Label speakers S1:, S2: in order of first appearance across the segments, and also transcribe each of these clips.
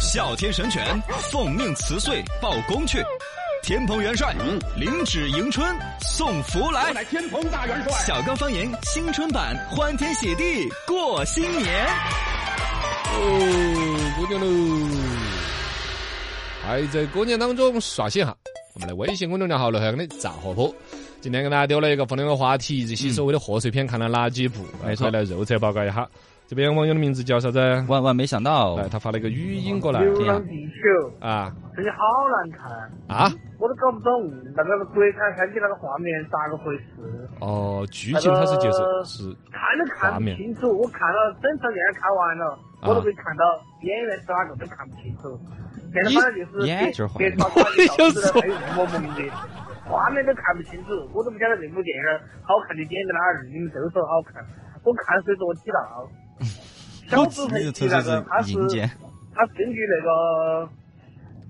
S1: 哮天神犬奉命辞岁报功去，天蓬元帅
S2: 嗯
S1: 领旨迎春送福来。
S3: 乃天蓬大元帅。
S1: 小刚方言新春版，欢天喜地过新年。
S2: 哦，过年喽！还在过年当中刷新哈，我们的微信公众号“楼下的杂货铺”。今天跟大家丢了一个风的话题，这些所谓的贺岁片看了哪几部？
S4: 没错
S2: 快啊来肉测报告一下。这边网友的名字叫啥子？哦
S4: 万万没想到，
S2: 来，他发了一个哦语音过来
S5: 流浪地球，
S2: 啊
S5: 真的好难看，
S2: 啊！
S5: 我都搞不懂那个鬼砍山鸡那个画面咋个回事，
S2: 哦，剧情它是就是是
S5: 看都看不清楚。我看了整场电影看完了，
S2: 啊
S5: 我都没看到演员是哪个都看不清楚。现在反正就是
S4: 你眼睛坏
S5: 别
S4: 了
S5: 别吵管理导致的黑雾蒙蒙的，哎画面都看不清楚，我都不晓得这部电影好看的点在哪儿。你们都说好看，我看谁说我挤 到。小猪佩奇那个他是
S4: 银监，
S5: 他根据那个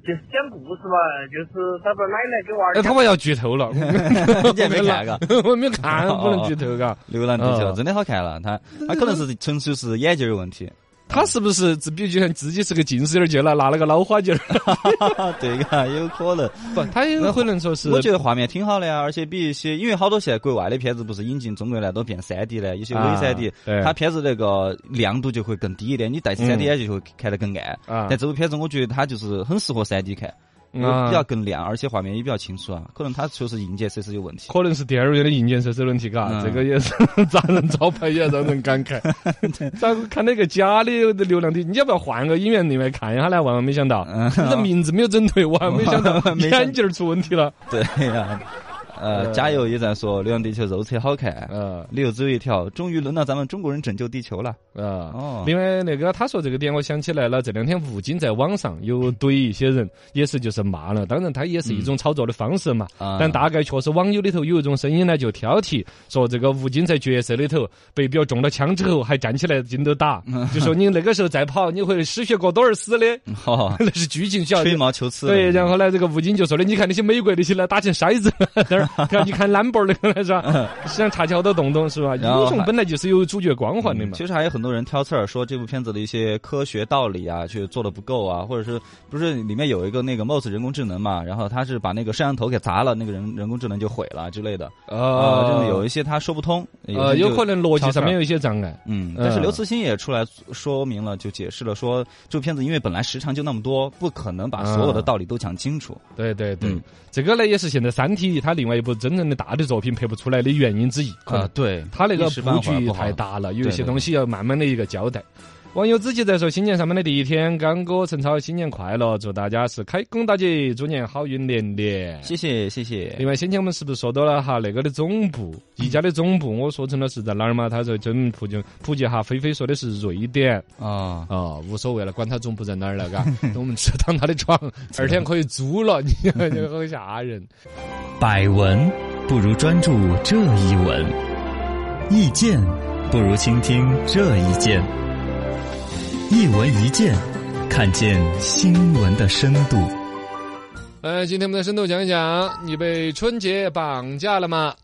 S5: 就是讲故事嘛，就是他不是奶奶给娃儿
S2: 哎，
S5: 讲，
S2: 他们要剧透 了，
S4: 你还没看嘎？
S2: 我没有啊看，不能剧透嘎。
S4: 流浪地球
S2: 嗯
S4: 真的好看了，他他可能是纯粹是眼睛有问题，
S2: 他是不是自比就像自己是个近视眼儿去了，拿了个老花镜儿？
S4: 啊 对嘎，有可能。
S2: 不，他有可能说是
S4: 我觉得画面挺好的呀，而且比一些，因为好多现在国外的片子不是引进中国来都变三 D 了，有些伪三 D，
S2: 啊对
S4: 它片子那个亮度就会更低一点，你戴起三 D 眼镜就会看得更暗。
S2: 啊
S4: 但这部片子我觉得它就是很适合三 D 看，因为
S2: 啊
S4: 比较更亮，而且画面也比较清楚啊。可能它确实硬件设施有问题。
S2: 可能是第二院的硬件设施问题，嘎，
S4: 嗯
S2: 这个也是砸人招牌，也让人感 慨。咋个看那个假的流量的？你要不要换个影院另外看一下呢？万万没想到，
S4: 嗯
S2: 你的名字没有整对，万万没想到
S4: 没 想
S2: 眼镜儿出问题了。
S4: 对呀、 呃，加油也在说《流浪地球》肉车好看，
S2: 嗯
S4: 理由只有一条，终于轮到咱们中国人拯救地球了。
S2: 啊
S4: 哦，
S2: 另外那个他说这个点，我想起来了，这两天吴京在网上有怼一些人，也是就是骂了，当然他也是一种炒作的方式嘛。
S4: 啊
S2: 但大概确实网友里头有一种声音呢，就挑剔说这个吴京在角色里头被比较中了枪之后还站起来劲头 打，就说你那个时候再跑，你会失血过多而死的，
S4: 好，
S2: 那是剧情需要。
S4: 哦吹毛求疵。
S2: 对，然后呢，这个吴京就说的，你看那些美国那些呢，打成筛子了， 那儿，然后你看兰博那个呢是吧？实际上差起好多洞洞是吧？
S4: 嗯然后
S2: 英雄
S4: 还
S2: 本来就是有主角光环的嘛。
S4: 嗯其实还有很多人挑刺儿，说这部片子的一些科学道理啊，去做的不够啊，或者是不是里面有一个那个 MOS 人工智能嘛，然后他是把那个摄像头给砸了，那个人人工智能就毁了之类的啊，
S2: 啊，
S4: 就是有一些他说不通，
S2: 呃，
S4: 些就
S2: 有可能逻辑
S4: 挑
S2: 上面
S4: 刺儿。
S2: 有一些障碍。
S4: 嗯，但是
S2: 嗯
S4: 刘慈欣也出来说明了，就解释了说，这部片子因为本来时长就那么多，不可能把所有的道理都讲清楚。
S2: 对对对
S4: 嗯，
S2: 这个呢也是现在《三体》它另外一部真正的大的作品拍不出来的原因之一。可能
S4: 啊对
S2: 它那个
S4: 一时
S2: 布
S4: 半会儿
S2: 局
S4: 不好
S2: 太大了，有一
S4: 对
S2: 些
S4: 对
S2: 东西要慢慢的一个交代。网友之前在说新年上班的第一天，刚哥陈超新年快乐，祝大家是开工大吉，猪年好运连连。
S4: 谢谢谢谢
S2: 另外，先前我们是不是说到了哈那个的总部，宜家的总部，我说成了是在哪儿嘛？他说真普及普及哈，菲菲说的是瑞典。
S4: 啊，
S2: 哦，无所谓了，管他总部在哪儿 了，嘎，等我们吃趟他的 床，二天可以租了，你就很吓人。
S6: 百闻不如专注这一闻，意见不如倾听这一见。一闻一见，看见新闻的深度。
S2: 呃，今天我们的深度讲一讲，你被春节绑架了吗？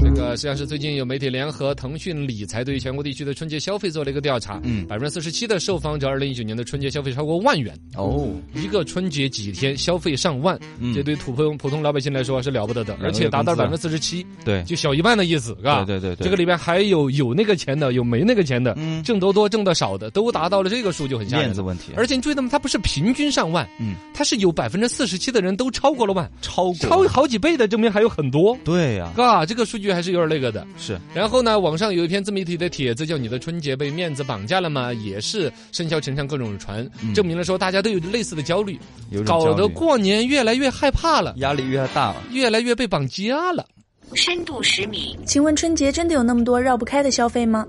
S2: 这个实际上是最近有媒体联合腾讯理财对于全国地区的春节消费做了一个调查，
S4: 嗯
S2: 百分之四十七的受访者二零一九年的春节消费超过万元，
S4: 哦，
S2: 一个春节几天消费上万，
S4: 嗯
S2: 这对普通普通老百姓来说是了不得的，
S4: 了
S2: 而且达
S4: 工资
S2: 到百分
S4: 了
S2: 之四十七，
S4: 对，
S2: 就小一半的意思，嘎。
S4: 对对对对
S2: 这个里边还有有那个钱的，有没那个钱的，
S4: 嗯
S2: 挣得多挣得少的，都达到了这个数就很吓人
S4: 面子
S2: 了。
S4: 问题，
S2: 而且你注意到吗？它不是平均上万，
S4: 嗯，
S2: 它是有百分之四十七的人都超过了万，
S4: 超过
S2: 超好几倍的，证明还有很多。
S4: 对呀，
S2: 嘎，这个数据还是有点那个的。
S4: 是
S2: 然后呢，网上有一篇自媒体的帖子叫“你的春节被面子绑架了吗”，也是生肖成上各种传，证明了说大家都有类似的焦虑，
S4: 嗯有一种
S2: 搞
S4: 焦
S2: 得
S4: 虑
S2: 过年越来越害怕了，
S4: 压力越大，
S2: 越来越被绑架了。
S7: 深度十米，
S8: 请问春节真的有那么多绕不开的消费吗？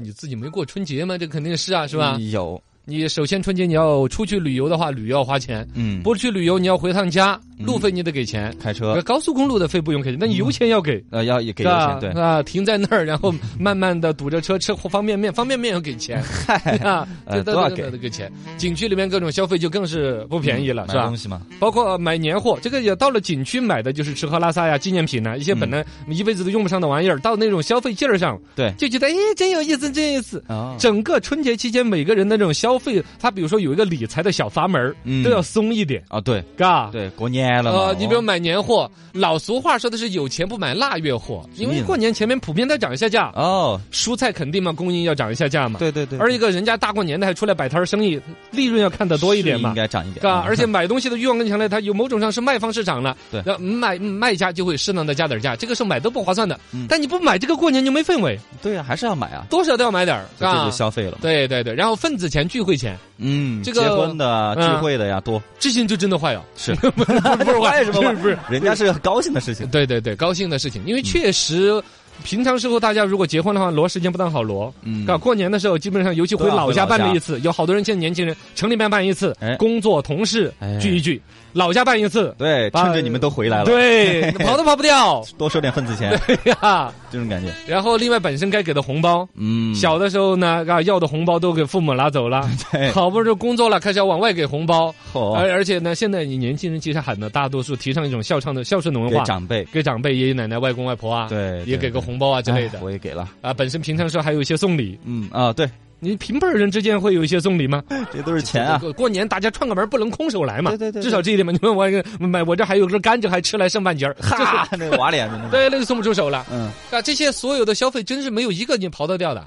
S2: 你自己没过春节吗？这肯定是啊，是吧？
S4: 有，
S2: 你首先春节你要出去旅游的话，旅游要花钱；
S4: 嗯，
S2: 不去旅游，你要回趟家，路费你得给钱。
S4: 开车
S2: 呃，高速公路的费不用给，但你油钱要给。
S4: 呃，要也给
S2: 是
S4: 油
S2: 吧
S4: 钱，？对，
S2: 啊，停在那儿，然 后慢慢的堵着车吃方便面，方便面要给钱， 啊，
S4: 呃
S2: 这
S4: 都要
S2: 这给钱。景区里面各种消费就更是不便宜了，
S4: 嗯买
S2: 是吧
S4: 东？西嘛，
S2: 包括买年货，这个也到了景区买的就是吃喝拉撒呀、纪念品
S4: 嗯
S2: 呐、一些本来一辈子都用不上的玩意儿，到那种消费劲儿上，
S4: 对
S2: 就觉得哎，真有意思，真有意思。
S4: 啊
S2: 整个春节期间，每个人的这种消消费，它比如说有一个理财的小阀门儿
S4: 嗯
S2: 都要松一点，
S4: 啊，对
S2: 嘎。。
S4: 对，过年了嘛
S2: 呃，，你比如
S4: 哦
S2: 买年货，老俗话说的是有钱不买腊月货，因
S4: 什么意
S2: 为
S4: 思
S2: 过年前面普遍都涨一下价，
S4: 哦，
S2: 蔬菜肯定嘛，供应要涨一下价嘛。
S4: 对对对，
S2: 而一个人家大过年的还出来摆摊儿生意，利润要看得多一点
S4: 是
S2: 嘛
S4: 应。该涨一点，
S2: 嘎，
S4: 嗯
S2: 而且买东西的欲望更强烈，他有某种上是卖方市场了，
S4: 对
S2: 那买卖家就会适当的加点价，这个时候买都不划算的
S4: 嗯，
S2: 但你不买这个过年就没氛围，
S4: 对啊，还是要买啊，
S2: 多少都要买点儿，
S4: 这就
S2: 嘎
S4: 是。消费了嘛，
S2: 对对对，然后份子钱、聚会钱，
S4: 嗯，
S2: 这个
S4: 结婚的啊
S2: 嗯
S4: 聚会的呀多，
S2: 这些就真的 坏了，
S4: 是
S2: 不是 坏
S4: 什么坏
S2: 是不是？
S4: 人家是高兴的事情，
S2: 对对对，高兴的事情，因为确实。平常时候，大家如果结婚的话，挪时间不当好挪。
S4: 嗯
S2: 搞过年的时候，基本上尤其回
S4: 都要
S2: 老
S4: 回
S2: 家
S4: 老
S2: 办了
S4: 家
S2: 一次，有好多人现在年轻人城里面办一次
S4: 哎，
S2: 工作同事
S4: 哎
S2: 聚一聚，老家办一次，
S4: 对，
S2: 把
S4: 趁着你们都回来了，，
S2: 对，跑都跑不掉
S4: 多收点份子钱，
S2: 呀。
S4: 这种感觉，
S2: 然后另外本身该给的红包，
S4: 啊嗯，
S2: 小的时候呢，啊要的红包都给父母拿走了，
S4: 对
S2: 好不容易工作了，开始要往外给红包，
S4: 哦
S2: 而而且呢，现在你年轻人其实喊的大多数提倡一种孝畅的孝顺的文
S4: 给
S2: 化，
S4: 长辈，
S2: 给长辈爷爷奶奶、外公外婆啊，
S4: 对对
S2: 也给个红包啊之类
S4: 哎
S2: 的
S4: 我也给了，
S2: 啊。本身平常时候还有一些送礼，
S4: 嗯啊，对，
S2: 你平辈儿人之间会有一些送礼吗？
S4: 这都是钱啊，
S2: 过过年大家串个门不能空手来嘛，
S4: 对对对对
S2: 至少这一点嘛。你问我一个买我这还有根甘蔗还吃来剩半截儿，
S4: 哈，那个瓦脸的那
S2: 这
S4: 种，
S2: 对那就送不出手了。
S4: 嗯，
S2: 啊，这些所有的消费真是没有一个你刨得掉的。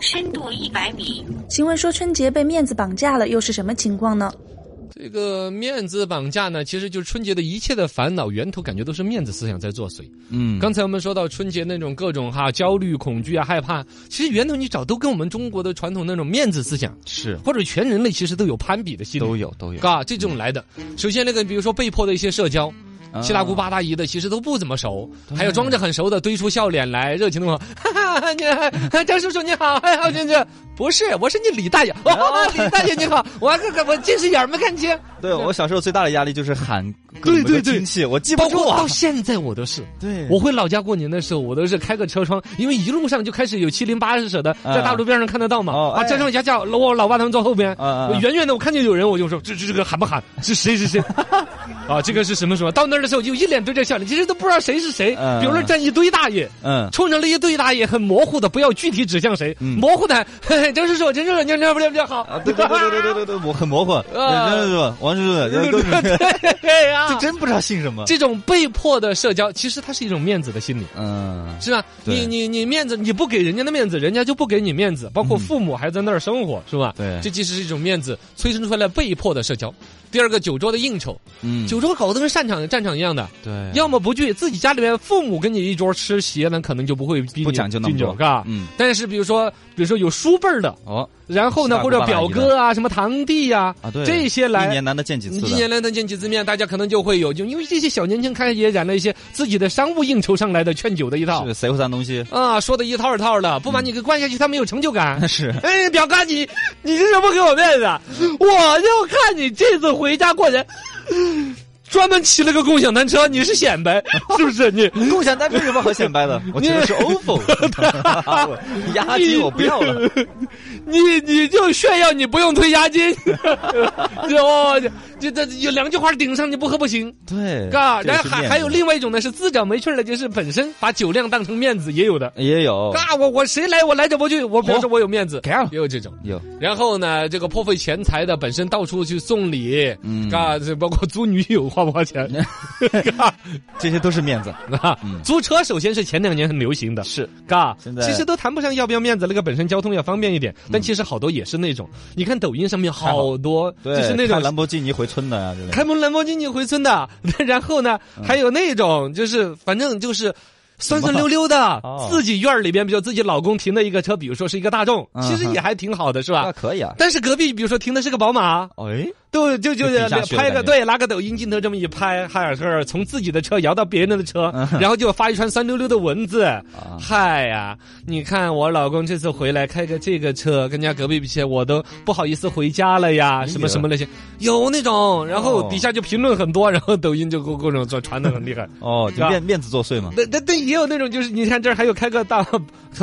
S3: 深度一百米，
S8: 请问说春节被面子绑架了，又是什么情况呢？
S2: 这个面子绑架呢，其实就是春节的一切的烦恼源头，感觉都是面子思想在作祟。
S4: 嗯，
S2: 刚才我们说到春节那种各种哈焦虑、恐惧啊、害怕，其实源头你找都跟我们中国的传统那种面子思想，
S4: 是
S2: 或者全人类其实都有攀比的心理，
S4: 都有都有，
S2: 嘎这种来的。首先那个比如说被迫的一些社交。
S4: 啊
S2: 七大姑八大姨的其实都不怎么熟，还有装着很熟的堆出笑脸来，热情的问：“ 哈哈，你好张叔叔你好，哎好这这不是，我是你李大爷， 哦、李大爷你好，我我我近视眼儿没看清。”
S4: 对我小时候最大的压力就是喊各
S2: 对
S4: 种各
S2: 对对
S4: 亲戚，我记不
S2: 包
S4: 住
S2: 括
S4: 啊
S2: 到，现在我都是，
S4: 对
S2: 我回老家过年的时候，我都是开个车窗，因为一路上就开始有七零八舍的在大路边上看得到嘛，
S4: 哦
S2: 啊，
S4: 哎
S2: 加上我家叫我老爸他们坐后边，
S4: 嗯嗯
S2: 我
S4: 嗯
S2: 远远的我看见有人，我就说这这这个喊不喊？是谁是谁？啊，这个是什么什么？到那儿的时候就一脸堆着笑脸，其实都不知道谁是谁。
S4: 嗯
S2: 比如说站一堆大爷。
S4: 嗯，
S2: 冲着那一堆大爷，很模糊的，不要具体指向谁，
S4: 嗯
S2: 模糊的，嘿嘿，张叔叔，张叔叔，你好，你好，好
S4: 啊，，对对对对对对对，我很 模糊。任叔叔、王叔叔，这都是
S2: 啊对呀，
S4: 这 真不知道姓什么。
S2: 这种被迫的社交，其实它是一种面子的心理。
S4: 嗯，
S2: 是吧？
S4: 对
S2: 你你你面子，你不给人家的面子，人家就不给你面子。包括父母还在那儿生活，是吧？
S4: 嗯对
S2: 这其实是一种面子催生出来被迫的社交。第二个，酒桌的应酬，
S4: 嗯，
S2: 酒桌搞得跟战场战场一样的，
S4: 对，
S2: 要么不聚，自己家里面父母跟你一桌吃席，那可能就不会逼你
S4: 不讲究那
S2: 敬
S4: 么
S2: 酒，
S4: 多，
S2: 嘎。
S4: 嗯，
S2: 但是比如说，比如说有叔辈儿的，
S4: 哦
S2: 然后呢，
S4: 大
S2: 或
S4: 姑
S2: 者
S4: 大
S2: 表
S4: 姨的
S2: 哥啊，什么堂弟呀、
S4: 啊，对，
S2: 这些
S4: 一
S2: 来
S4: 年难得见几次
S2: 一
S4: 的，
S2: 年来能见几次面，大家可能就会有，就因为这些小年轻开始也染了一些自己的商务应酬上来的劝酒的一套
S4: 是。谁会算东西？
S2: 啊，说的一套一套的，不把你给灌下去，他没有成就感。
S4: 是
S2: 哎，表哥，你你这是不给我面子啊，我就看你这次回家过年，专门骑了个共享单车，你是 显摆是不是？你
S4: 共享单车有什么好显摆的？我骑的是 OFO，压机我不要了。
S2: 你你就炫耀你不用退押金， 这哦，这这有两句话顶上你不喝不行，
S4: 对，
S2: 嘎。
S4: 这也
S2: 然
S4: 是
S2: 后还
S4: 面
S2: 还有
S4: 子
S2: 另外一种呢，是自找没趣儿的，就是本身把酒量当成面子也有的。
S4: 也有
S2: 嘎，我我谁来我来者不拒，我
S4: 哦
S2: 表示我有面子，
S4: 啊
S2: 也有这种。
S4: 有，
S2: 然后呢，这个破费钱财的本身到处去送礼，
S4: 嗯
S2: 嘎，这包括租女友花不 花钱，嘎，
S4: 这些都是面子。
S2: 啊
S4: 嗯
S2: 租车首先是前两年很流行的，
S4: 是
S2: 嘎
S4: 现，在嗯
S2: 其实都谈不上要不要面子，那个本身交通要方便一点，但其实好多也是那种，你看抖音上面好多，
S4: 对，
S2: 就是那种
S4: 开兰博基尼回村的啊呀，之类的。
S2: 开门兰博基尼回村的， 然后呢，
S4: 嗯
S2: 还有那种就是反正就是。酸酸溜溜的
S4: 哦，
S2: 自己院儿里边，比如自己老公停的一个车，比如说是一个大众，
S4: 嗯
S2: 其实也还挺好的，是吧
S4: 那？可以啊。
S2: 但是隔壁，比如说停的是个宝马，
S4: 哎，
S2: 都就就
S4: 就比下去了
S2: 拍个
S4: 感觉
S2: 对，拿个抖音镜头这么一拍，哈尔科从自己的车摇到别人的车，
S4: 嗯
S2: 然后就发一串酸溜溜的文字。
S4: 啊
S2: 嗨呀、你看我老公这次回来开个这个车，跟人家隔壁比起来，我都不好意思回家了呀，
S4: 呦
S2: 什么什么那些，有那种，然后
S4: 哎哦
S2: 底下就评论很多，然后抖音就各各种做传的很厉害。
S4: 哦，就面面子作 祟嘛。
S2: 那那那也有那种，就是你看这儿还有开个大，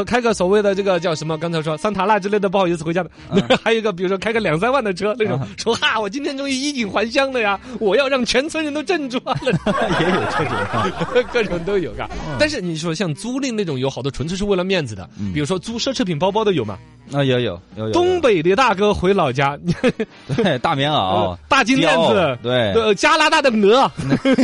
S2: 开个所谓的这个叫什么？刚才说桑塔纳之类的，不好意思回家的。那还有一个，比如说开个两三万的车那种，说哈，我今今天终于衣锦还乡了呀！我要让全村人都震住了，
S4: 也有这种啊。
S2: 各种都有，嘎。啊但是你说像租赁那种，有好多纯粹是为了面子的，比如说租奢侈品包包的有嘛？
S4: 啊，也有有有有
S2: 东北的大哥回老家，
S4: 对大棉袄、啊
S2: 大金链子，
S4: 貂哦对
S2: 呃加拿大的鹅，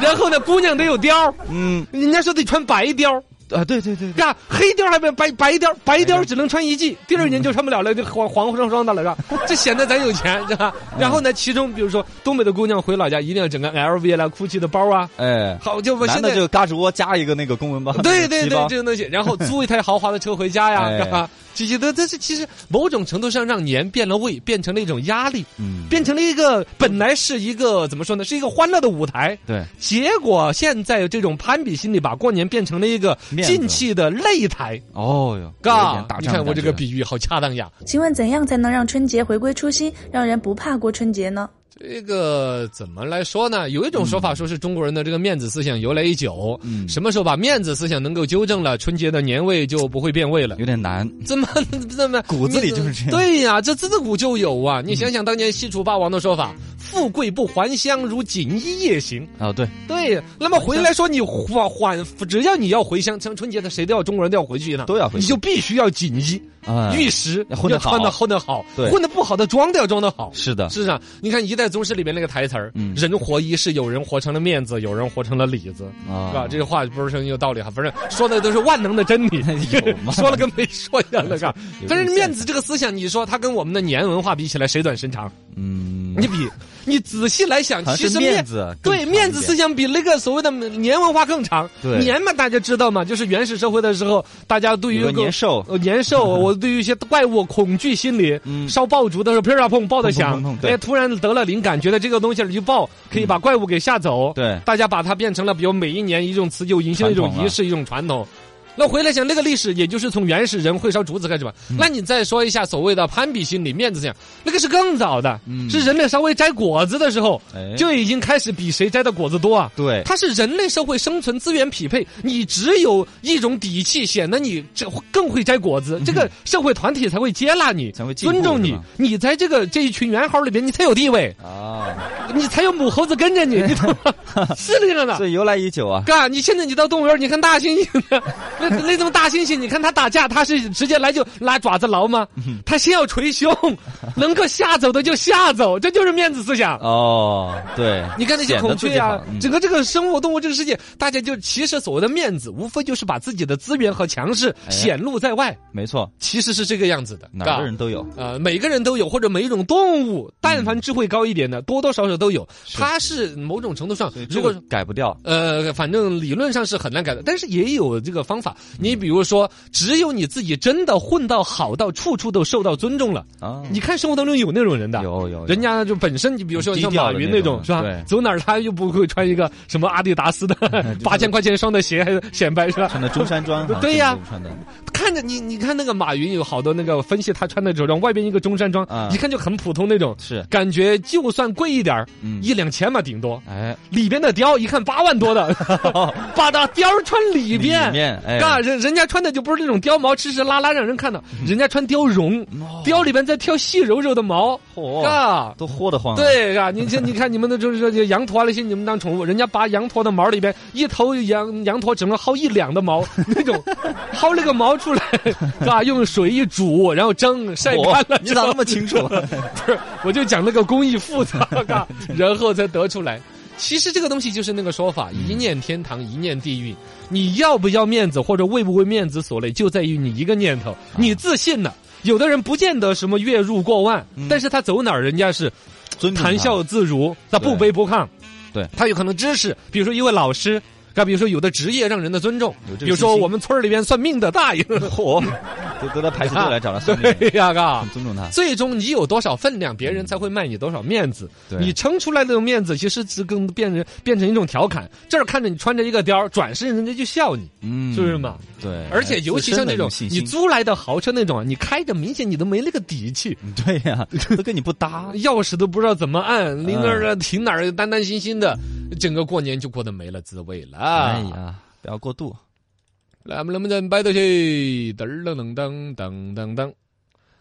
S2: 然后呢，姑娘得有貂，
S4: 嗯
S2: 人家说得穿白貂。
S4: 啊，对对哎对，对
S2: 呀，黑貂还没有白白貂，白貂只能穿一季，第二年就穿不了了，就黄黄双双的了，是 吧？这显得咱有钱，是吧？
S4: 嗯
S2: 然后呢，其中比如说东北的姑娘回老家，一定要整个 LV 啦、GUCCI 的包啊，
S4: 哎，
S2: 好就我
S4: 男
S2: 现在
S4: 的就嘎吱窝加一个那个公文包，
S2: 对对
S4: 提
S2: 对
S4: 包，
S2: 这种东西，然后租一台豪华的车回家呀，
S4: 哎
S2: 干嘛？这些都这是其实某种程度上让年变了味，变成了一种压力，
S4: 嗯，
S2: 变成了一个本来是一个怎么说呢，是一个欢乐的舞台，
S4: 对，
S2: 结果现在有这种攀比心理，把过年变成了一个
S4: 面子
S2: 进气的擂台。
S4: 哦哟，有
S2: 嘎
S4: 点打，
S2: 你
S4: 仗的
S2: 看
S4: 感
S2: 我这个
S4: 觉，
S2: 比喻好恰当呀。
S8: 请问怎样才能让春节回归初心，让人不怕过春节呢？
S2: 这个怎么来说呢？有一种说法说是中国人的这个面子思想由来已久，
S4: 嗯
S2: 什么时候把面子思想能够纠正了，春节的年味就不会变味了。
S4: 有点难，
S2: 怎么怎么
S4: 骨子里就是这样
S2: 对呀、这自古就有啊！你想想当年西楚霸王的说法：“富贵不还乡，如锦衣夜行。
S4: 啊，对，”
S2: 对，那么回来说你还还，只要你要回乡，像春节的谁都要中国人都要回去呢，
S4: 都要回去
S2: 你就必须要锦衣
S4: 啊，
S2: 嗯玉石，
S4: 要混得
S2: 要穿
S4: 好
S2: 的混得好，
S4: 对
S2: 混得不好的装都要装得好。
S4: 是的，
S2: 是啊，你看《一代宗师》里面那个台词儿，
S4: 嗯
S2: 人活一世，有人活成了面子，有人活成了里子，是吧？
S4: 啊，
S2: 这句话不是很有道理哈，反正说的都是万能的真理
S4: 有，吗
S2: 说了跟没说一样的是吧？
S4: 有
S2: 但
S4: 点
S2: 是面子这个思想，你说它跟我们的年文化比起来，谁短谁长？
S4: 嗯，
S2: 你比，你仔细来想，
S4: 好像
S2: 其
S4: 是
S2: 实
S4: 面子更
S2: 对
S4: 长
S2: 面
S4: 一
S2: 子
S4: 点
S2: 思想比那个所谓的年文化更长。
S4: 对
S2: 年嘛，大家知道嘛，就是原始社会的时候，大家对于
S4: 有个
S2: 一个
S4: 年兽
S2: 呃 年兽，我对于一些怪物恐惧心理。
S4: 嗯
S2: 烧爆竹的时候，砰砰砰爆的响
S4: 砰砰砰砰，对
S2: 哎，突然得了灵感，觉得这个东西儿一爆可以把怪物给吓走。
S4: 对
S2: 大家把它变成了，比如每一年一种辞旧迎新的一种
S4: 传统
S2: 仪
S4: 了
S2: 式，一种传统。那回来想，那个历史也就是从原始人会烧竹子开始吧？
S4: 嗯
S2: 那你再说一下所谓的攀比心理、面子想，那个是更早的，
S4: 嗯
S2: 是人类稍微摘果子的时候，
S4: 哎
S2: 就已经开始比谁摘的果子多啊。
S4: 对
S2: 它是人类社会生存资源匹配，你只有一种底气，显得你这更会摘果子，这个社会团体才会接纳你，
S4: 嗯 才会进步
S2: 尊重
S4: 是
S2: 你
S4: 吧，
S2: 你在这个这一群猿猴里边，你才有地位，
S4: 啊，
S2: 你才有母猴子跟着你，你懂 吗？ 是这样的
S4: 所。以由来已久 啊，
S2: 嘎，你现在你到动物园，你看大猩猩， 那那种大猩猩，你看它打架，它是直接来就拉爪子挠吗？
S4: 嗯
S2: 它先要捶胸，能够吓走的就吓走，这就是面子思想。
S4: 哦，对，
S2: 你看那些
S4: 显得
S2: 孔
S4: 自
S2: 雀
S4: 己
S2: 啊
S4: 好，嗯
S2: 整个这个生物动物这个世界，大家就其实所谓的面子，无非就是把自己的资源和强势
S4: 哎
S2: 显露在外，
S4: 没错，
S2: 其实是这个样子的。
S4: 哪
S2: 嘎
S4: 儿的人嗯都有，
S2: 呃，每个人都有，或者每一种动物，但凡智慧高一点的，多多少少都有。它是某种程度上，
S4: 所以这
S2: 如果
S4: 个改不掉，
S2: 呃，反正理论上是很难改的，但是也有这个方法。你比如说，只有你自己真的混到好到处处都受到尊重了，
S4: 啊，
S2: 你看生活当中有那种人的，
S4: 有有有
S2: 人家就本身，你比如说
S4: 低
S2: 像
S4: 调
S2: 马
S4: 的
S2: 云
S4: 那
S2: 种，
S4: 种
S2: 是吧
S4: 对？
S2: 走哪儿他又不会穿一个什么阿迪 达斯的八千块钱一双的鞋，还显摆是吧？
S4: 穿的中山装，好像
S2: 对呀
S4: 是不是穿的，
S2: 看着你，你看那个马云有好多那个分析他穿的着装，外边一个中山装，
S4: 啊
S2: 一看就很普通那种，
S4: 是
S2: 感觉就算贵一点儿
S4: 嗯
S2: 一两千嘛，顶多。
S4: 哎，
S2: 里边的貂一看八万 多的，把那貂儿穿里边，
S4: 里面哎
S2: 嘎人人家穿的就不是那种貂毛吃吃拉拉让人看到，
S4: 嗯
S2: 人家穿貂绒，貂里边再挑细柔柔的毛，
S4: 哦嚯
S2: 嘎。
S4: 都豁得慌，，
S2: 对啊，你这你看你们的就是说这羊驼啊那些你们当宠物，人家拔羊驼的毛里边一头羊羊驼只能薅一两的 毛那种，薅那个毛出来，啊，用水一煮，然后蒸晒
S4: 嚯
S2: 干了，
S4: 你咋那么清楚？啊
S2: 不是， 我就讲那个工艺 复杂，嘎，然后才得出来。其实这个东西就是那个说法，
S4: 嗯
S2: 一念天堂，一念地狱。你要不要面子，或者为不为面子所累，就在于你一个念
S4: 啊
S2: 头，你自信了。有的人不见得什么月入过万，
S4: 嗯
S2: 但是他走哪儿，人家是
S4: 尊重他
S2: 谈笑自如，他不卑不亢。
S4: 嗯对
S2: 他有可能知识，比如说一位老师，啊，比如说有的职业让人的尊重，
S4: 有这个
S2: 比如说
S4: 信心
S2: 我们村儿里边算命的大爷，
S4: 嚯，都都到排球队来找他算命，
S2: 对呀，嘎
S4: 很，尊重他，
S2: 最终你有多少分量，别人才会卖你多少面子。
S4: 嗯对
S2: 你撑出来那种面子，其实是更变成变成一种调侃。这儿看着你穿着一个貂儿，转身人家就笑你，
S4: 嗯，
S2: 是不是嘛？
S4: 对，
S2: 而且尤其像这种
S4: 自身的一
S2: 你
S4: 信心
S2: 租来的豪车那种啊，你开着明显你都没那个底气。
S4: 嗯对呀，都跟你不 搭，
S2: 钥匙都不知道怎么按，零儿
S4: 嗯
S2: 啊停哪儿，担担心心的，整个过年就过得没了滋味了。
S4: 哎呀，不要过度，
S2: 来，我们能不能摆到去？噔儿噔噔噔噔噔噔。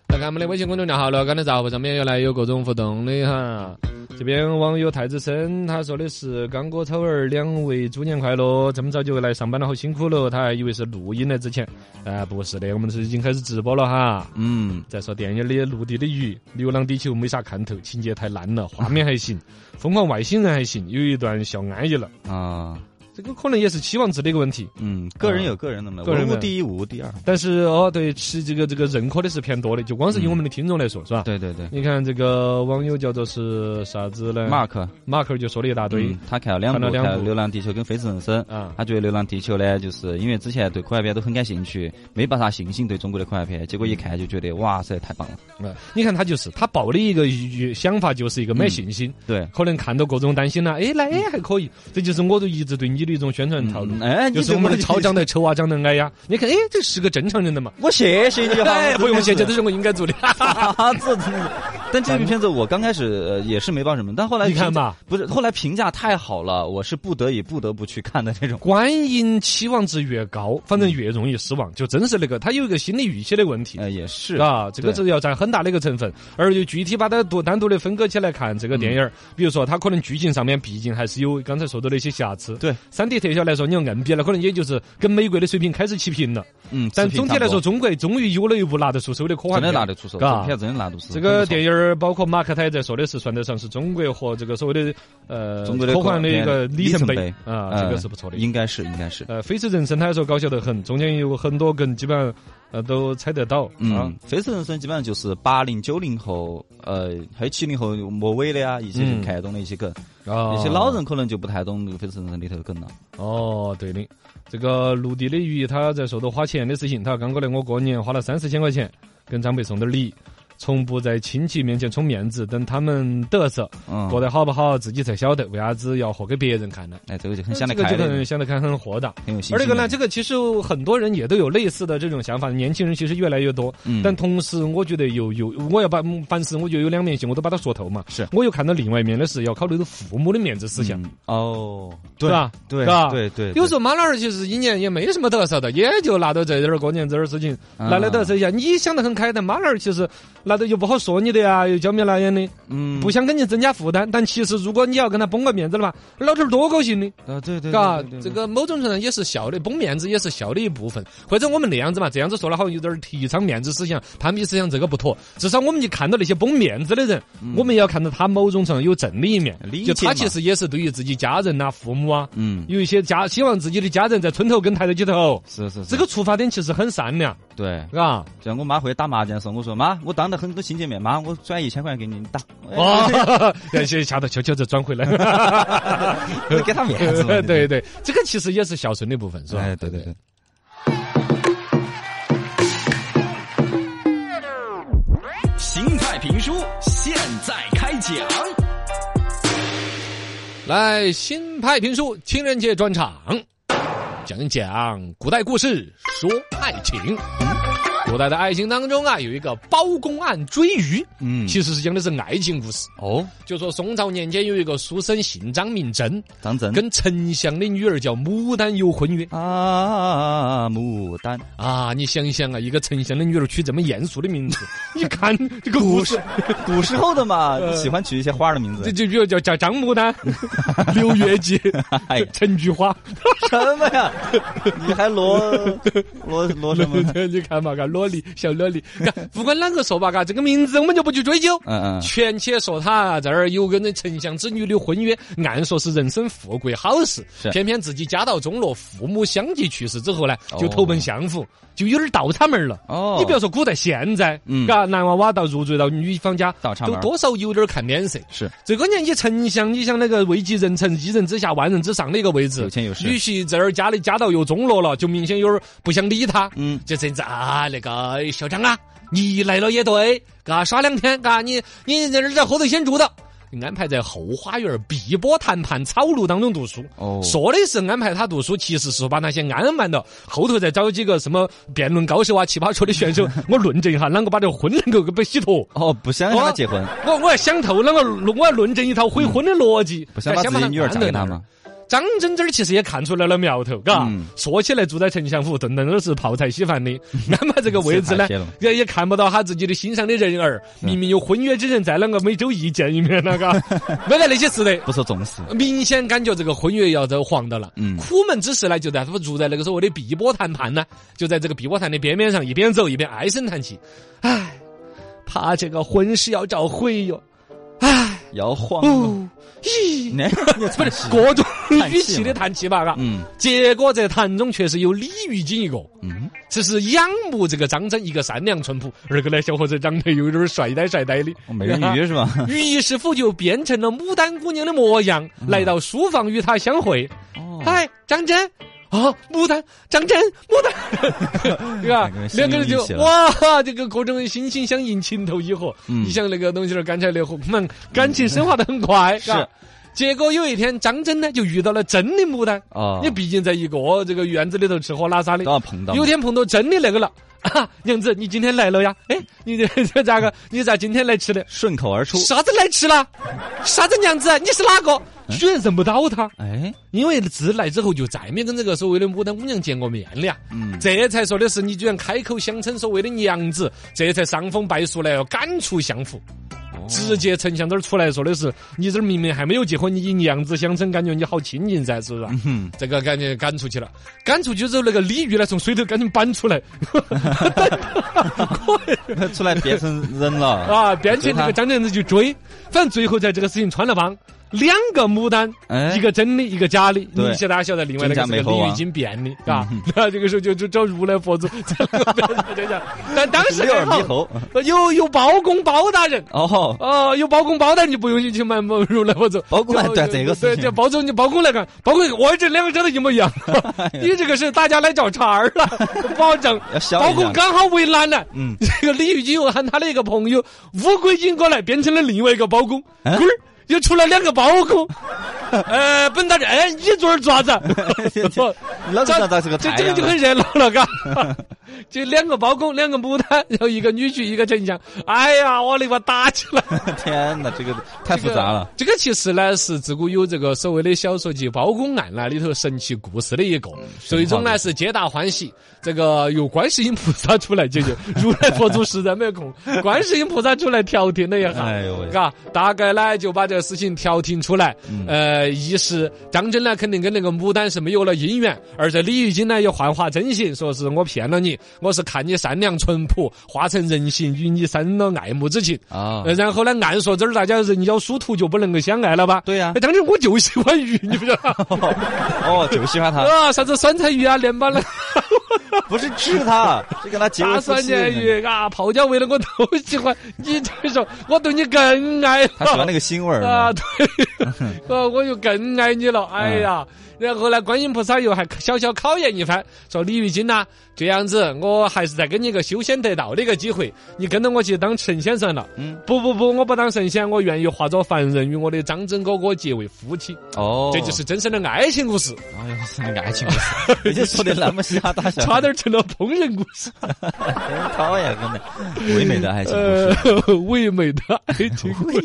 S2: 来看我们的微信公众账号“聊干的杂货”，上面又来有各种互动的哈。这边网友太子参他说的是：“刚哥、超儿两位猪年快乐！这么早就来上班了，好辛苦了。”他还以为是录音来之前，啊、不是的，我们是已经开始直播了哈。
S4: 嗯，
S2: 再说电影里陆地的鱼，流浪地球没啥看头，情节太烂了，画面还行，疯狂外星人还行，有一段笑安逸了。
S4: 啊，
S2: 这个可能也是期望值的一个问题。
S4: 嗯，个人有个人的嘛，
S2: 啊个人
S4: 文物
S2: 的
S4: 第一，武无第二。
S2: 但是哦，对，吃这个这个认可的是偏多的，就光是以我们的听众来说，是吧？。
S4: 对对对
S2: 你看这个网友叫做是啥子呢
S4: ，Mark，
S2: Mark 就说了一大堆
S4: 嗯，他看了两
S2: 看了
S4: 部，
S2: 两
S4: 看了
S2: 部
S4: 《流浪地球》跟《飞驰人生》。
S2: 啊，
S4: 他觉得《流浪地球》呢，就是因为之前对科幻片都很感兴趣，没抱啥信心对中国的科幻片，结果一看就觉得哇塞，太棒了。
S2: 嗯你看他就是他抱的一个一想法，就是一个买信心，
S4: 对，
S2: 可能看到各种担心啦，哎，那哎还可以，这就是我就一直对你的一种宣传套路
S4: 嗯，哎，你
S2: 啊就是
S4: 对
S2: 我们的
S4: 的
S2: 超 长得丑啊，长得矮呀，你看，哎，这是个正常人的嘛，
S4: 我谢谢你哈，
S2: 哎，
S4: 我
S2: 不用谢，
S4: 真
S2: 这
S4: 的
S2: 都是我应该做的，
S4: 哈 子，真的是但这部片子我刚开始呃也是没抱什么，但后来
S2: 你看
S4: 评价
S2: 吧，
S4: 不是后来评价太好了，我是不得已不得不去看的那种。
S2: 观影期望值越高，反正越容易失望，就真是那个，他有一个心理预期的问题。
S4: 呃，也是
S2: 啊，这个
S4: 对
S2: 是要占很大的一个成分，而就具体把它独单独的分割起来看这个电影儿，比如说它可能剧情上面毕竟还是有刚才说到的一些瑕疵。
S4: 对，
S2: 三 D 特效来说，你要硬比了，可能也就是跟美国的水平开始齐平了。
S4: 嗯，
S2: 但
S4: 持平
S2: 总体来说，
S4: 差
S2: 中国终于有了一部拿得出手的科
S4: 不多
S2: 幻
S4: 真的
S2: 片。
S4: 拿得出手，这
S2: 嘎
S4: 部片子真的拿得出手。
S2: 这个电
S4: 影
S2: 影儿包括马克他也在说的是，算得上是中国和这个所谓的呃
S4: 中国的
S2: 科
S4: 科
S2: 幻
S4: 幻
S2: 的一个
S4: 片
S2: 里
S4: 里
S2: 程
S4: 程
S2: 碑
S4: 碑嗯
S2: 啊，这个是不错的。
S4: 呃应该是应该是。
S2: 呃，《飞驰人生》他也说搞笑得很，中间有很多梗，基本上呃都猜得到啊
S4: 嗯。，飞驰人生基本上就是八零九零后，呃，还有七零后末尾的呀，一些
S2: 嗯
S4: 就看懂的一些梗，
S2: 啊
S4: 有些老人可能就不太懂那个飞驰人生里头的梗了。
S2: 哦，对的，这个陆地的鱼他在说到花钱的事情，他说刚过来我过年花了三四千块钱，跟长辈送点儿礼，从不在亲戚面前充面子，等他们得瑟，
S4: 嗯，
S2: 过得好不好自己才晓得，为啥子要活给别人看呢？
S4: 哎，这个就很想得
S2: 这个
S4: 开
S2: 就
S4: 的，
S2: 很想得开，很豁达。
S4: 很有信心。
S2: 而这个呢，，这个其实很多人也都有类似的这种想法，年轻人其实越来越多。
S4: 嗯
S2: 但同时，我觉得有有，我要把嗯凡事我就有两面性，我都把它说透嘛。
S4: 是
S2: 我又看到另外一面的是要考虑到父母的面子思想，
S4: 嗯哦，
S2: 是吧？
S4: 对
S2: 是吧
S4: 对对，
S2: 有时候妈老儿其实一年也没什么得瑟的，也就拿到这点儿过年这点儿事情
S4: 啊
S2: 拿来得瑟一下。你想得很开，但妈老儿其实拿到又不好说你的呀，又焦眉烂眼的，
S4: 嗯
S2: 不想跟你增加负担。但其实如果你要跟他绷个面子的话，老头儿多高兴的，
S4: 啊，对对，
S2: 嘎
S4: 对对对，
S2: 这个某种程度上也是孝的，绷面子也是孝的一部分。或者我们那样子嘛，这样子说了好像有点儿提倡面子思想、攀比思想，这个不妥。至少我们去看到那些绷面子的人，我们也要看到他某种程度上有正的一面
S4: 嗯理，
S2: 就
S4: 解
S2: 他
S4: 嘛
S2: 其实也是对于自己家人呐、父母啊。
S4: 嗯，
S2: 有一些家希望自己的家人在村头跟抬得起头，
S4: 是是是
S2: 这个出发点其实很善良，
S4: 对。
S2: 嘎。
S4: 像我妈回去打麻将的时候，我说妈，我当着很多亲戚面，妈，我转一千块给你打，哎
S2: 哦，要先吓到悄悄再转 回来，
S4: 给他面子嘛对
S2: 对
S4: 对
S2: 对，这个其实也是孝顺的部分，是吧？
S4: 哎，对对对。
S1: 形态评书现在开讲。
S2: 来，新派评书情人节专场，讲一讲古代故事，说爱情。古代的爱情当中啊，有一个包公案追鱼，
S4: 嗯，
S2: 其实是讲的是爱情故事。
S4: 哦，
S2: 就说宋朝年间有一个书生姓张名贞，
S4: 张震
S2: 跟丞相的女儿叫牡丹有婚约。
S4: 啊，牡丹，
S2: 啊，你想一想啊，一个丞相的女儿取这么艳俗的 名字，一看这个故事，
S4: 古时候的嘛，喜欢取一些花的名字
S2: 这，就比如叫叫张牡 丹、六月季
S4: 哎呀、
S2: 陈菊花，
S4: 什么呀？你还 罗罗罗什么？
S2: 你看嘛，嘎，萝莉小萝莉， 嘎不管啷个说吧，嘎，这个名字我们就不去追究。
S4: 嗯嗯，
S2: 全且说他啊这儿有跟那丞相之女的婚约，按说是人生富贵好事，
S4: 是
S2: 偏偏自己家道中落，父母相继去世之后呢，就投奔相府，就有点倒插门儿了。
S4: 哦
S2: 你不要说古代现在，
S4: 嗯
S2: 嘎，男娃娃到入赘到女方家，
S4: 倒插
S2: 都
S4: 门儿
S2: 多少有点看脸色。
S4: 是
S2: 这个年纪，丞相，你想那个位极人臣，一人之下，万人之上的一个位置，
S4: 有钱有势
S2: 与其这儿家里家道又中落了，就明显有点不想理他。
S4: 嗯
S2: 就这样子啊，那个校长啊，你来了也对，嘎耍两天，嘎你你在这儿在后头先住到。安排在后花园碧波谈判草庐当中读书，
S4: 哦
S2: 说的是安排他读书，其实是把那些安排到后头再找几个什么辩论高手啊、奇葩说的选手，我论证一下，啷个把这个婚能够给洗脱。
S4: 哦，不想让他结婚，
S2: 我我要想透啷个，我要论证一套悔婚的逻
S4: 嗯
S2: 辑，
S4: 不想把
S2: 想
S4: 自己女儿
S2: 安
S4: 嫁
S2: 顿
S4: 给他
S2: 那儿
S4: 吗？
S2: 张真真儿其实也看出来了苗头，嘎、
S4: 嗯
S2: 说起来住在城乡府，顿顿都是泡菜稀饭的。安排这个 位置呢
S4: 吃太鲜了，嗯
S2: 也也看不到他自己的心上的人儿。明明有婚约之人在那个每周一见一面 那个，没得那些事的。
S4: 不说重视，
S2: 明显感觉这个婚约要走黄的了。
S4: 嗯
S2: 苦闷之时呢，就在他们住在那个所谓的碧波谈判呢，就在这个碧波潭的边边上，一边走一边唉声叹气，唉，怕这个婚事要遭毁哟，唉，
S4: 摇晃。
S2: 哦，咦，
S4: 你
S2: 不是各种语气的叹气吧？嘎，
S4: 嗯
S2: 结果这坛中确实有李玉京一个，
S4: 嗯，
S2: 只是仰慕这个张真，一个善良淳朴，二个呢小伙子长得有点帅呆帅呆的，
S4: 哦美人鱼 是吧？
S2: 于师傅就变成了牡丹姑娘的模样，来到书房与她相会。
S4: 嗯哦
S2: 嗨，张真。啊，牡丹，张真，牡 丹，对吧
S4: 两个人？心
S2: 两个人
S4: 意
S2: 就
S4: 起了
S2: 哇，这个各种心心相印，情投意合。
S4: 嗯
S2: 你像那个东西儿，嗯刚才那我们感情升华的很快，
S4: 嗯是
S2: 吧。结果有一天，张真呢就遇到了真的牡丹。
S4: 哦
S2: 你毕竟在一个哦这个院子里头吃喝拉撒的
S4: 都，要碰到。
S2: 有天碰到真的那个了。啊，娘子，你今天来了呀？哎，你这这咋个？你咋今天来吃的？
S4: 顺口而出。
S2: 啥子来吃了？啥子娘子？你是哪个？居然认不到他，
S4: 哎，
S2: 因为自来之后就再没跟这个所谓的牡丹姑娘见过面了呀。
S4: 嗯
S2: 这才说的是你居然开口相称所谓的娘子，这才伤风败俗来要赶出相府。直接丞相这儿出来说的是，你这儿明明还没有结婚，你以娘子相称，感觉你好亲近噻，是不是啊？
S4: 哼，
S2: 这个赶紧赶出去了，赶出去之后，那个鲤鱼呢从水头赶紧搬出来，
S4: 出来别成人了
S2: 嗯 啊，编起这个张震子去追，反正最后在这个事情穿了帮。两个牡丹，
S4: 哎
S2: 一个真的，一个假的。
S4: 对
S2: 你晓得，大家晓得，另外那
S4: 真
S2: 个
S4: 假啊
S2: 是
S4: 美
S2: 个
S4: 猴
S2: 鲤
S4: 王
S2: 鱼精变的，嘎。
S4: 嗯
S2: 那这个时候就就找如 来佛祖 在那个边上这样。但当时
S4: 六
S2: 还
S4: 耳猕
S2: 好，
S4: 猴。
S2: 有有包公包大人，
S4: 哦，
S2: 哦，有包公包大人就不用去买某如来佛祖。
S4: 包公来对这个事
S2: 对，
S4: 情
S2: 这包总，你包公来看，包公，我这两个真的一模一样。 你这个是大家来找茬儿了，不好整
S4: 要。消一下
S2: 包公刚好围栏了。
S4: 嗯，
S2: 这个李玉金又喊他的一个朋友乌龟精过来，变成了另外一个包公，
S4: 嗯
S2: 棍儿又出了两个包 公。呃，本大人，哎，你做儿做啥子？
S4: 老子咋是个
S2: 这
S4: 太
S2: 这个
S4: 阳
S2: 就很热闹 了，嘎。就两个包公，两个牡丹，然后一个女婿，一个丞相。哎呀，我的妈，打起来！
S4: 天哪，这个太复杂了。
S2: 这个其实呢是自古有这个所谓的小说集《包公案》啊呢里头神奇故事的一个，
S4: 嗯
S2: 最终呢是皆大欢喜。这个由观世音菩萨出来解决，如来佛祖实 在没空，观世音菩萨出来调停了一下。
S4: 哎呦喂，嗯
S2: 嘎，大概呢就把这个事情调停出来。呃，一是张真呢肯定跟那个牡丹是没有了姻缘，而这李玉金呢又幻化真心，说是我骗了你，我是看你善良淳朴，化成人形与你生了爱慕之情。
S4: 啊
S2: 呃，然后呢，按说这儿大家人妖殊途就不能够相爱了吧？
S4: 对呀
S2: 哎当时我就喜 欢鱼，你不知道
S4: 哦，就喜欢他，
S2: 啊？啥子酸菜鱼啊，莲 巴了，
S4: 不是吃他，是跟他结为
S2: 大
S4: 夫
S2: 酸
S4: 妻。
S2: 菜鱼啊，泡椒味的我都喜欢。你这说，我对你更爱
S4: 他喜欢
S2: 了。
S4: 那个腥味儿
S2: 啊，
S4: 嘛。
S2: 对，呃，我就更爱你
S4: 嗯
S2: 了，哎呀！然后呢，观音菩萨又还小小考验一番，说李玉金呐、这样子，我还是再给你一个修仙得道的一个机会，你跟着我去当神仙算了。
S4: 嗯
S2: 不不不，我不当神仙，我愿意化作凡人，与我的张真哥哥结为夫妻。
S4: 哦，
S2: 这就是真正的爱情 故事，
S4: 哎呀，是那个爱情故 事，人家说的那么稀哈大小，哎
S2: 差点成了烹饪故事，
S4: 讨厌，真的唯美的爱情故事。
S2: 呃，唯美的爱情故事。